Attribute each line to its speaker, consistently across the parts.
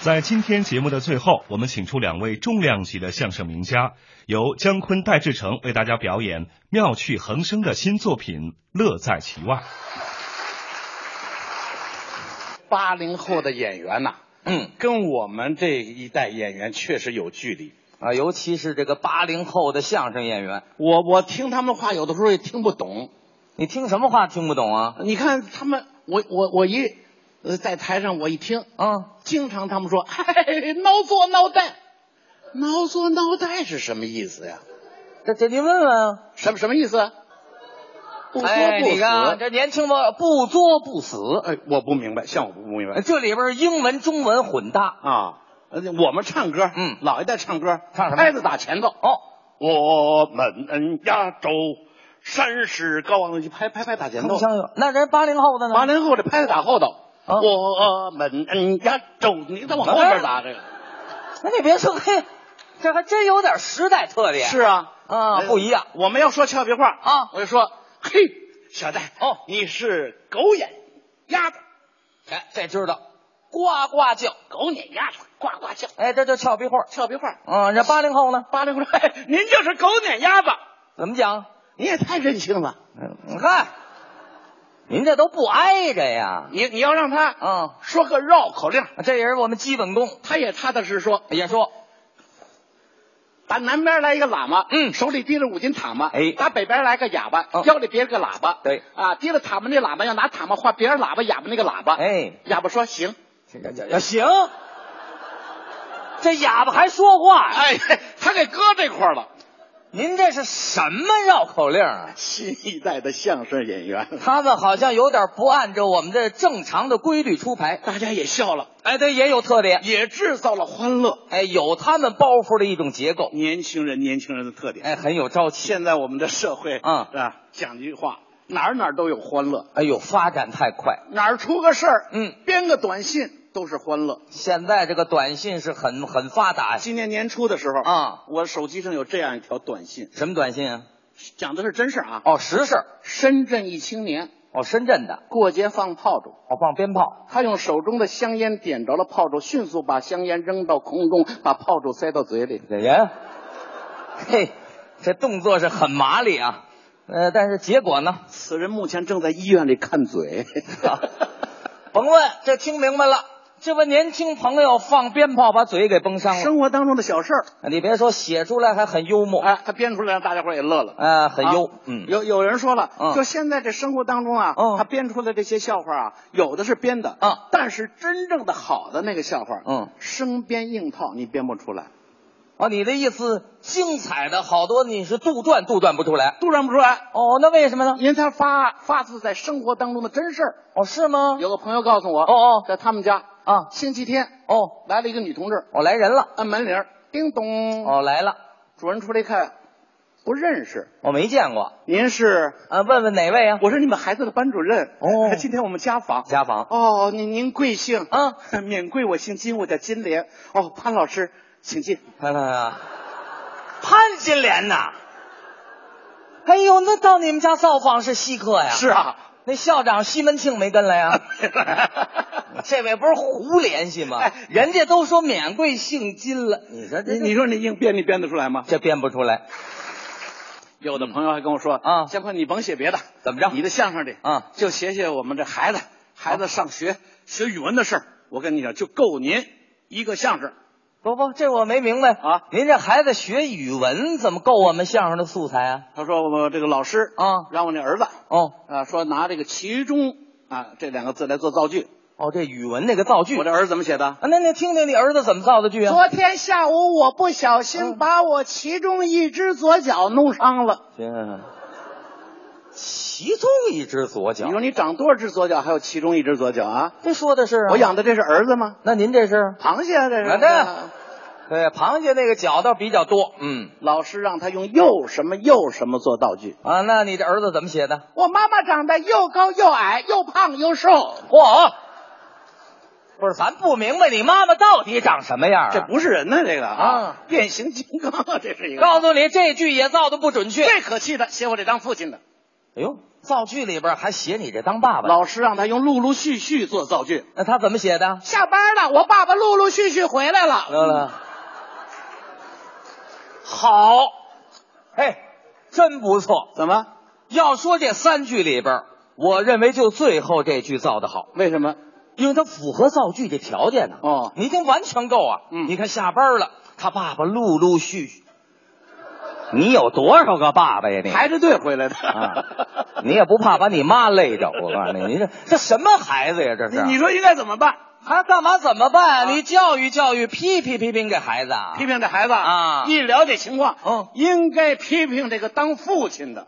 Speaker 1: 在今天节目的最后，我们请出两位重量级的相声名家，由姜昆、戴志诚为大家表演妙趣横生的新作品《乐在其外》。
Speaker 2: 八零后的演员呐、
Speaker 3: 嗯
Speaker 2: 跟我们这一代演员确实有距离。
Speaker 3: 啊，尤其是这个八零后的相声演员，
Speaker 2: 我我听他们话，有的时候也听不懂。
Speaker 3: 你听什么话听不懂啊？
Speaker 2: 你看他们，我我我一呃在台上我一听，
Speaker 3: 啊，
Speaker 2: 经常他们说， 哎，挠作挠带，挠作挠带是什么意思呀？
Speaker 3: 这这您问问啊。
Speaker 2: 什么什么意思？不作
Speaker 3: 哎，
Speaker 2: 不
Speaker 3: 你
Speaker 2: 死。
Speaker 3: 看这年轻的不作不死，哎
Speaker 2: 哎，我不明白，像我不明白
Speaker 3: 这里边是英文中文混搭。
Speaker 2: 啊。呃我们唱歌，
Speaker 3: 嗯
Speaker 2: 老一代唱歌，
Speaker 3: 唱什么
Speaker 2: 拍子打前头。
Speaker 3: 哦，
Speaker 2: 我们亚洲山势高昂，一拍拍拍打前头
Speaker 3: 不。相有。那人八零后的呢？
Speaker 2: 八零后这拍子打后头。
Speaker 3: 啊
Speaker 2: 我们亚洲，你怎么往后边打这个？
Speaker 3: 那你别说，嘿，这还真有点时代特点。
Speaker 2: 是啊，
Speaker 3: 啊，
Speaker 2: 哎
Speaker 3: 不一样。
Speaker 2: 我们要说俏皮话
Speaker 3: 啊
Speaker 2: 我就说，嘿，小戴，
Speaker 3: 哦
Speaker 2: 你是狗眼鸭子，
Speaker 3: 哎，这知道，呱呱叫。
Speaker 2: 狗眼鸭子呱呱叫，
Speaker 3: 哎，这就俏皮话。
Speaker 2: 俏皮话。
Speaker 3: 啊，这八零后呢？
Speaker 2: 八零后，嘿您就是狗撵鸭子，
Speaker 3: 怎么讲？
Speaker 2: 你也太任性了。
Speaker 3: 你看，您这都不挨着呀。
Speaker 2: 你你要让他
Speaker 3: 啊，
Speaker 2: 说个绕口令，
Speaker 3: 这也是我们基本功。
Speaker 2: 他也踏踏实实说。
Speaker 3: 也说，
Speaker 2: 打南边来一个喇嘛，
Speaker 3: 嗯
Speaker 2: 手里提着五斤塔嘛，
Speaker 3: 哎
Speaker 2: 打北边来个哑巴
Speaker 3: 哦，
Speaker 2: 腰里别着个喇叭，
Speaker 3: 对
Speaker 2: 啊，提着塔嘛那喇嘛要拿塔嘛画别人喇叭哑巴那个喇叭，，
Speaker 3: 哎，
Speaker 2: 哑巴说行，
Speaker 3: 这个这行，这哑巴还说话呀？
Speaker 2: 哎， 他给搁这块儿了。
Speaker 3: 您这是什么绕口令啊？
Speaker 2: 新一代的相声演员，
Speaker 3: 他们好像有点不按照我们这正常的规律出牌。
Speaker 2: 大家也笑了，
Speaker 3: 哎，对，也有特点。
Speaker 2: 也制造了欢乐。
Speaker 3: 哎，有他们包袱的一种结构。
Speaker 2: 年轻人，年轻人的特点。
Speaker 3: 哎，很有朝气。
Speaker 2: 现在我们的社会
Speaker 3: 啊
Speaker 2: 啊，讲句话，哪儿哪儿都有欢乐，
Speaker 3: 哎呦，发展太快。
Speaker 2: 哪儿出个事儿，
Speaker 3: 嗯，
Speaker 2: 编个短信都是欢乐。
Speaker 3: 现在这个短信是很很发达。
Speaker 2: 今年年初的时候
Speaker 3: 啊，
Speaker 2: 我手机上有这样一条短信，
Speaker 3: 什么短信啊？
Speaker 2: 讲的是真事儿啊。
Speaker 3: 哦，实事。
Speaker 2: 深圳一青年
Speaker 3: 哦，深圳的。
Speaker 2: 过节放炮竹，
Speaker 3: 哦，放鞭炮。
Speaker 2: 他用手中的香烟点着了炮竹，迅速把香烟扔到空中，把炮竹塞到嘴里。
Speaker 3: 这人，嘿，这动作是很麻利啊。呃，但是结果呢？
Speaker 2: 此人目前正在医院里看嘴。
Speaker 3: 甭问，这听明白了。这位年轻朋友放鞭炮把嘴给崩伤了。
Speaker 2: 生活当中的小事儿，
Speaker 3: 你别说，写出来还很幽默，
Speaker 2: 哎，他编出来让大家伙儿也乐了，
Speaker 3: 啊，很幽
Speaker 2: 啊，
Speaker 3: 嗯，
Speaker 2: 有有人说了，
Speaker 3: 嗯
Speaker 2: 说现在这生活当中啊，
Speaker 3: 嗯
Speaker 2: 他编出来这些笑话啊，有的是编的，
Speaker 3: 嗯
Speaker 2: 但是真正的好的那个笑话，
Speaker 3: 嗯，
Speaker 2: 生编硬套你编不出来，
Speaker 3: 哦，你的意思，精彩的好多你是杜撰杜撰不出来。
Speaker 2: 杜撰不出来，
Speaker 3: 哦，那为什么呢？
Speaker 2: 因为他发发自在生活当中的真事儿。
Speaker 3: 哦，是吗？
Speaker 2: 有个朋友告诉我，
Speaker 3: 哦哦
Speaker 2: 在他们家
Speaker 3: 啊，
Speaker 2: 星期天
Speaker 3: 哦，
Speaker 2: 来了一个女同志，
Speaker 3: 哦，来人了，
Speaker 2: 按门铃儿，叮咚，
Speaker 3: 哦，来了，
Speaker 2: 主人出来一看，不认识，
Speaker 3: 我没见过，
Speaker 2: 您是？
Speaker 3: 啊，问问哪位啊？
Speaker 2: 我是你们孩子的班主任。
Speaker 3: 哦
Speaker 2: 今天我们家访。
Speaker 3: 家访，
Speaker 2: 哦，您您贵姓？
Speaker 3: 啊，
Speaker 2: 免贵，我姓金，我叫金莲。哦，潘老师，请进。
Speaker 3: 看看啊，潘金莲呐！哎呦，那到你们家造访是稀客哎呀？，
Speaker 2: 啊，
Speaker 3: 那校长西门庆没跟来 啊？这位不是胡联系吗？
Speaker 2: 哎
Speaker 3: 人家都说免贵姓金了，你说这
Speaker 2: 你你说你硬编，你编得出来 吗？
Speaker 3: 这编不出来，
Speaker 2: 有的朋友还跟我说
Speaker 3: 啊
Speaker 2: 姜昆，你甭写别的，
Speaker 3: 怎么着
Speaker 2: 你的相声里
Speaker 3: 啊，
Speaker 2: 就写写我们这孩子孩子上学学语文的事儿。我跟你讲，就够您一个相声。
Speaker 3: 不不，这我没明白
Speaker 2: 啊
Speaker 3: 您这孩子学语文怎么够我们相声的素材啊？
Speaker 2: 他说我这个老师
Speaker 3: 啊
Speaker 2: 让我那儿子
Speaker 3: 哦
Speaker 2: 啊说拿这个其中啊这两个字来做造句。
Speaker 3: 哦，这语文那个造句，
Speaker 2: 我这儿子怎么写的？
Speaker 3: 啊那那听听你儿子怎么造的句啊？
Speaker 2: 昨天下午我不小
Speaker 3: 嗯
Speaker 2: 心把我其中一只左脚弄伤了。
Speaker 3: 行，其中一只左脚
Speaker 2: 你，说你长多少只左脚？还有其中一只左脚啊？
Speaker 3: 这说的是啊
Speaker 2: 我养的这是儿子吗？
Speaker 3: 那您这是？
Speaker 2: 螃蟹啊，这是。
Speaker 3: 啊对对，螃蟹那个脚倒比较多。嗯
Speaker 2: 老师让他用又什么又什么做道具。
Speaker 3: 啊，那你这儿子怎么写的？
Speaker 2: 我妈妈长得又高又矮，又胖又瘦，
Speaker 3: 嚯！不是，咱不明白你妈妈到底长什么样啊
Speaker 2: 这不是人呢、这个
Speaker 3: 啊
Speaker 2: 变形金刚啊，这是一个。
Speaker 3: 告诉你，这句也造的不准确。
Speaker 2: 这可气的，写我这当父亲的，
Speaker 3: 哎呦，造句里边还写你这当爸爸，
Speaker 2: 老师让他用陆陆续续做造句。
Speaker 3: 那他怎么写的？
Speaker 2: 下班了，我爸爸陆陆续续回来了。
Speaker 3: 嗯，好，哎，真不错。
Speaker 2: 怎么？
Speaker 3: 要说这三句里边，我认为就最后这句造的好，
Speaker 2: 为什么？
Speaker 3: 因为它符合造句这条件呢、
Speaker 2: 哦
Speaker 3: 你已经完全够啊。
Speaker 2: 嗯
Speaker 3: 你看下班了，他爸爸陆陆续续。你有多少个爸爸呀你？
Speaker 2: 排着队回来的。
Speaker 3: 啊， 你也不怕把你妈累着？我告诉你，你这这什么孩子呀？这
Speaker 2: 你
Speaker 3: 是
Speaker 2: 你说应该怎么办？
Speaker 3: 还干嘛？怎么办？
Speaker 2: 啊
Speaker 3: 你教育教育，批评批评给孩子啊
Speaker 2: 批评这孩子
Speaker 3: 啊
Speaker 2: 一了解情况，
Speaker 3: 嗯
Speaker 2: 应该批评这个当父亲的。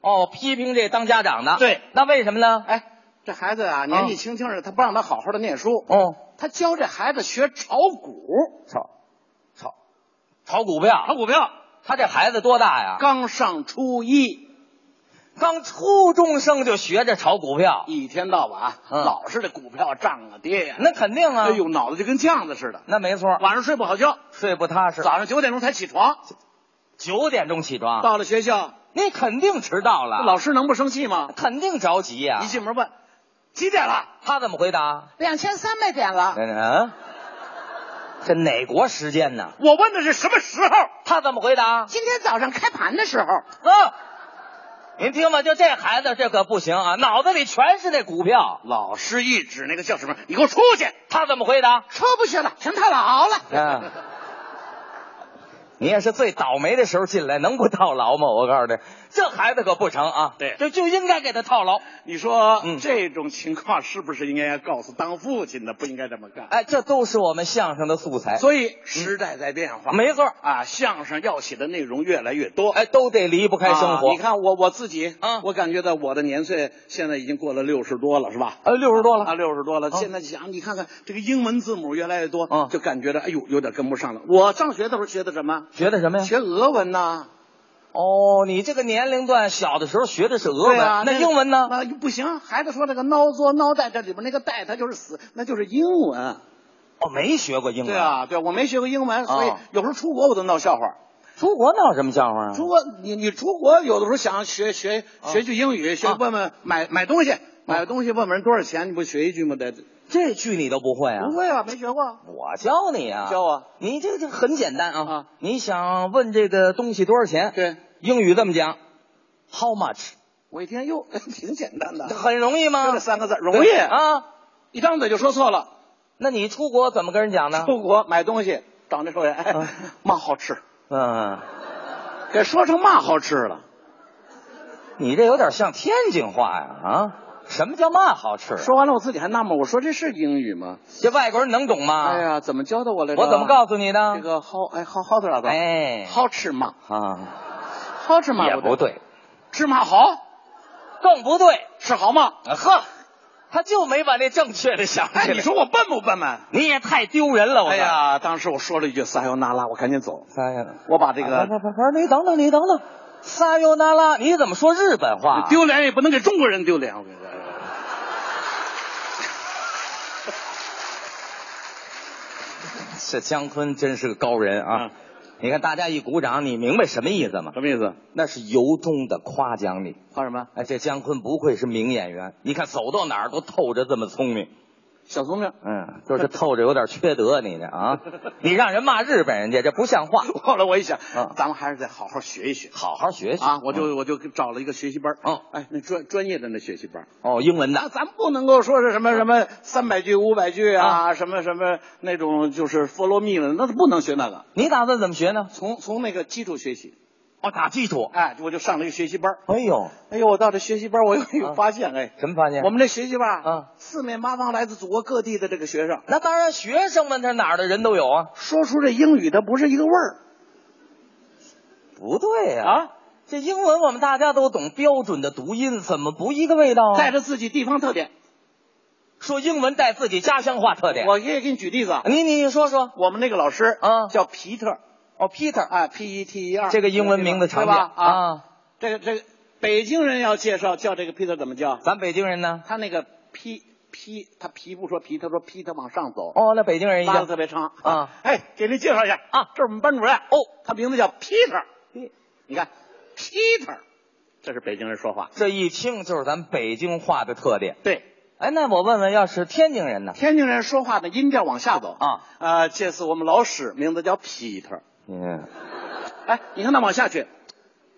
Speaker 3: 哦，批评这当家长的。
Speaker 2: 对，
Speaker 3: 那为什么呢？
Speaker 2: 哎，这孩子啊，年纪轻轻的，他不让他好好的念书，
Speaker 3: 哦，
Speaker 2: 他教这孩子学炒股，
Speaker 3: 炒炒炒股票。
Speaker 2: 炒股票，
Speaker 3: 他这孩子多大呀？
Speaker 2: 刚上初一，
Speaker 3: 刚初中生就学着炒股票，
Speaker 2: 一天到晚啊
Speaker 3: 嗯
Speaker 2: 老是这股票涨啊跌呀，
Speaker 3: 那肯定啊。
Speaker 2: 哎呦，脑子就跟酱子似的，
Speaker 3: 那没错，
Speaker 2: 晚上睡不好觉，
Speaker 3: 睡不踏实。
Speaker 2: 早上九点钟才起床，
Speaker 3: 九点钟起床，
Speaker 2: 到了学校，
Speaker 3: 你肯定迟到了，
Speaker 2: 老师能不生气吗？
Speaker 3: 肯定着急呀、
Speaker 2: 一进门问几点了？
Speaker 3: 他怎么回答？
Speaker 2: 两千三百点了。
Speaker 3: 嗯，这哪国时间呢？
Speaker 2: 我问的是什么时候？
Speaker 3: 他怎么回答？
Speaker 2: 今天早上开盘的时候。
Speaker 3: 啊，您听吧，就这孩子这可不行啊，脑子里全是那股票。
Speaker 2: 老师一指那个教室门，你给我出去！
Speaker 3: 他怎么回答？
Speaker 2: 出不去了，成他姥了。
Speaker 3: 啊，你也是最倒霉的时候进来，能不套牢吗？我告诉你，这孩子可不成啊！
Speaker 2: 对
Speaker 3: 这就应该给他套牢。
Speaker 2: 你说、
Speaker 3: 嗯
Speaker 2: 这种情况是不是应该告诉当父亲的不应该这么干？
Speaker 3: 哎，这都是我们相声的素材。
Speaker 2: 所以时代在变化，
Speaker 3: 没错，
Speaker 2: 啊，相声要写的内容越来越多。
Speaker 3: 哎，都得离不开生活。
Speaker 2: 啊你，看我我自己
Speaker 3: 啊
Speaker 2: 我感觉到我的年岁现在已经过了六十多了，是吧？
Speaker 3: 呃，六十多了，
Speaker 2: 啊，六十多了，
Speaker 3: 啊
Speaker 2: 现在想你看看这个英文字母越来越多，
Speaker 3: 啊
Speaker 2: 就感觉到哎呦有点跟不上了。我上学的时候学的什么？
Speaker 3: 学的什么呀？
Speaker 2: 学俄文呐、
Speaker 3: 哦，你这个年龄段小的时候学的是俄
Speaker 2: 对
Speaker 3: 文，
Speaker 2: 啊，
Speaker 3: 那英文呢？
Speaker 2: 那不行，孩子说那个孬作孬带这里边那个带，它就是死，那就是英文。
Speaker 3: 我哦没学过英文。
Speaker 2: 对，啊，对，我没学过英文，所以
Speaker 3: 啊
Speaker 2: 有时候出国我都闹笑话。
Speaker 3: 出国闹什么笑话啊？
Speaker 2: 出国你你出国有的时候想学学学句英语，学
Speaker 3: 啊
Speaker 2: 问问买买东西，买东西问问人多少钱，你不学一句吗？得
Speaker 3: 这句你都不会啊？
Speaker 2: 不会啊，没学过。
Speaker 3: 我教你啊，
Speaker 2: 教啊，
Speaker 3: 你这个很简单啊。
Speaker 2: 啊
Speaker 3: 你想问这个东西多少钱？
Speaker 2: 对，
Speaker 3: 英语这么讲，How much？
Speaker 2: 我一听哟， 挺简单的，
Speaker 3: 很容易
Speaker 2: 就
Speaker 3: 吗
Speaker 2: 这？三个字容易，
Speaker 3: 啊。
Speaker 2: 一张嘴就说错了。
Speaker 3: 那你出国怎么跟人讲呢？
Speaker 2: 出国买东西找那售货员，哎
Speaker 3: 啊，
Speaker 2: 嘛好吃，
Speaker 3: 嗯，
Speaker 2: 给说成嘛好吃了。
Speaker 3: 你这有点像天津话呀啊！什么叫嘛好吃？啊
Speaker 2: 说完了，我自己还纳闷，我说这是英语吗？
Speaker 3: 这外国人能懂吗？
Speaker 2: 哎呀，怎么教的我来着？
Speaker 3: 啊我怎么告诉你呢？
Speaker 2: 这个好哎好好的咋办？
Speaker 3: 哎，
Speaker 2: 好吃吗？
Speaker 3: 啊，
Speaker 2: 好吃吗？
Speaker 3: 也不，对，
Speaker 2: 吃嘛好，
Speaker 3: 更不对。
Speaker 2: 吃好吗？
Speaker 3: 啊呵，他就没把这正确的想起来。
Speaker 2: 哎，你说我笨不笨嘛？
Speaker 3: 你也太丢人了，我告诉
Speaker 2: 哎
Speaker 3: 你。
Speaker 2: 呀，当时我说了一句撒由那拉，我赶紧走，
Speaker 3: 撒呀！
Speaker 2: 我把这
Speaker 3: 哎不
Speaker 2: 个
Speaker 3: 不不不，你等等，你等等，撒由那拉，你怎么说日本话？
Speaker 2: 啊丢脸也不能给中国人丢脸，我跟你说。
Speaker 3: 这姜昆真是个高人啊！
Speaker 2: 嗯
Speaker 3: 你看大家一鼓掌，你明白什么意思吗？
Speaker 2: 什么意思？
Speaker 3: 那是由衷的夸奖你。
Speaker 2: 画什么？
Speaker 3: 哎，这姜昆不愧是名演员，你看走到哪儿都透着这么聪明。
Speaker 2: 小聪明。
Speaker 3: 嗯，就是透着有点缺德，你这 啊，你让人骂日本人家，这不像话。
Speaker 2: 后来我一想
Speaker 3: 啊，
Speaker 2: 咱们还是得好好学一学
Speaker 3: 好好学习
Speaker 2: 啊！我就我就找了一个学习班儿
Speaker 3: 嗯
Speaker 2: 哎，那专专业的那学习班儿
Speaker 3: 哦，英文
Speaker 2: 那
Speaker 3: 的
Speaker 2: 咱们不能够说是什
Speaker 3: 啊
Speaker 2: 么什么三百句、五百句啊，什么什么那种就是 follow me 了，那不能学那个。
Speaker 3: 你打算怎么学呢？
Speaker 2: 从从那个基础学习，
Speaker 3: 哦，打基础。
Speaker 2: 哎，我就上了一个学习班儿。
Speaker 3: 哎呦，
Speaker 2: 哎呦，我到这学习班儿，我有有
Speaker 3: 啊
Speaker 2: 发现，哎，
Speaker 3: 什么发现？
Speaker 2: 我们这学习班儿
Speaker 3: 啊，
Speaker 2: 四面八方来自祖国各地的这个学生，
Speaker 3: 那当然，学生们他哪儿的人都有啊。
Speaker 2: 说出这英语它不是一个味儿
Speaker 3: 不对呀、
Speaker 2: 啊，
Speaker 3: 这英文我们大家都懂标准的读音，怎么不一个味道啊？
Speaker 2: 带着自己地方特点。
Speaker 3: 说英文带自己家乡话特点。
Speaker 2: 我爷爷给你举例子啊，
Speaker 3: 你你你说说
Speaker 2: 我们那个老师
Speaker 3: 嗯啊
Speaker 2: 叫皮特，
Speaker 3: 哦，Peter，
Speaker 2: 啊，P E T E R，
Speaker 3: 这个英文名字常
Speaker 2: 对
Speaker 3: 见
Speaker 2: 吧？啊，，这个这个北京人要介绍叫这个 Peter 怎么叫？
Speaker 3: 咱北京人呢？
Speaker 2: 他那个皮皮，他皮不说皮，他说皮，他往上走，
Speaker 3: 哦，那北京人一
Speaker 2: 拉的
Speaker 3: 样
Speaker 2: 特别长
Speaker 3: 啊。
Speaker 2: 哎，给您介绍一下
Speaker 3: 啊
Speaker 2: 这是我们班主任
Speaker 3: 哦，
Speaker 2: 他名字叫 Peter，
Speaker 3: 嘿
Speaker 2: 你看 Peter，这是北京人说话。
Speaker 3: 这一听就是咱北京话的特点。
Speaker 2: 对，
Speaker 3: 哎，那我问问，要是天津人呢？
Speaker 2: 天津人说话的音调往下走
Speaker 3: 啊。
Speaker 2: 呃，这次我们老史名字叫 Peter。
Speaker 3: 嗯，
Speaker 2: 哎，你看他往下去，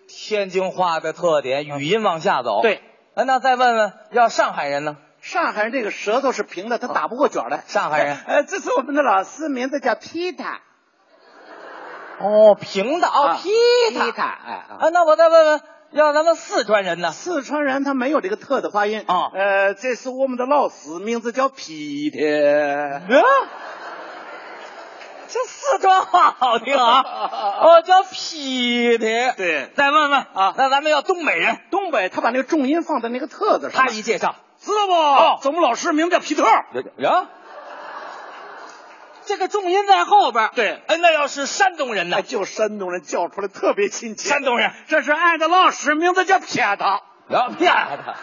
Speaker 3: 天津话的特点，语音往下走。
Speaker 2: 对，
Speaker 3: 哎，那再问问，要上海人呢？
Speaker 2: 上海人这个舌头是平的，他打不过卷儿来。
Speaker 3: 啊 上海人
Speaker 2: 呃，这次我们的老师名字叫 Peter。
Speaker 3: 哦，平的哦，
Speaker 2: 啊
Speaker 3: 劈
Speaker 2: 劈
Speaker 3: 他。
Speaker 2: 他，哎啊。
Speaker 3: 啊，那我再问问，要咱们四川人呢？
Speaker 2: 四川人他没有这个特的发音
Speaker 3: 啊
Speaker 2: 呃，这是我们的老师，名字叫 Peter。
Speaker 3: 啊，这四川话好 听啊！哦，叫劈的。
Speaker 2: 对
Speaker 3: 再问问
Speaker 2: 啊
Speaker 3: 那咱们要东北人，
Speaker 2: 东北他把那个重音放在那个特字上
Speaker 3: 他，一介绍，
Speaker 2: 知道不？
Speaker 3: 哦
Speaker 2: 我们老师名字叫皮特。啊
Speaker 3: 呀，这个重音在后边。
Speaker 2: 对
Speaker 3: 哎，那要是山东人呢
Speaker 2: 哎，？就山东人叫出来特别亲切。
Speaker 3: 山东人，
Speaker 2: 这是俺的老师，名字叫撇他。
Speaker 3: 然后骗他。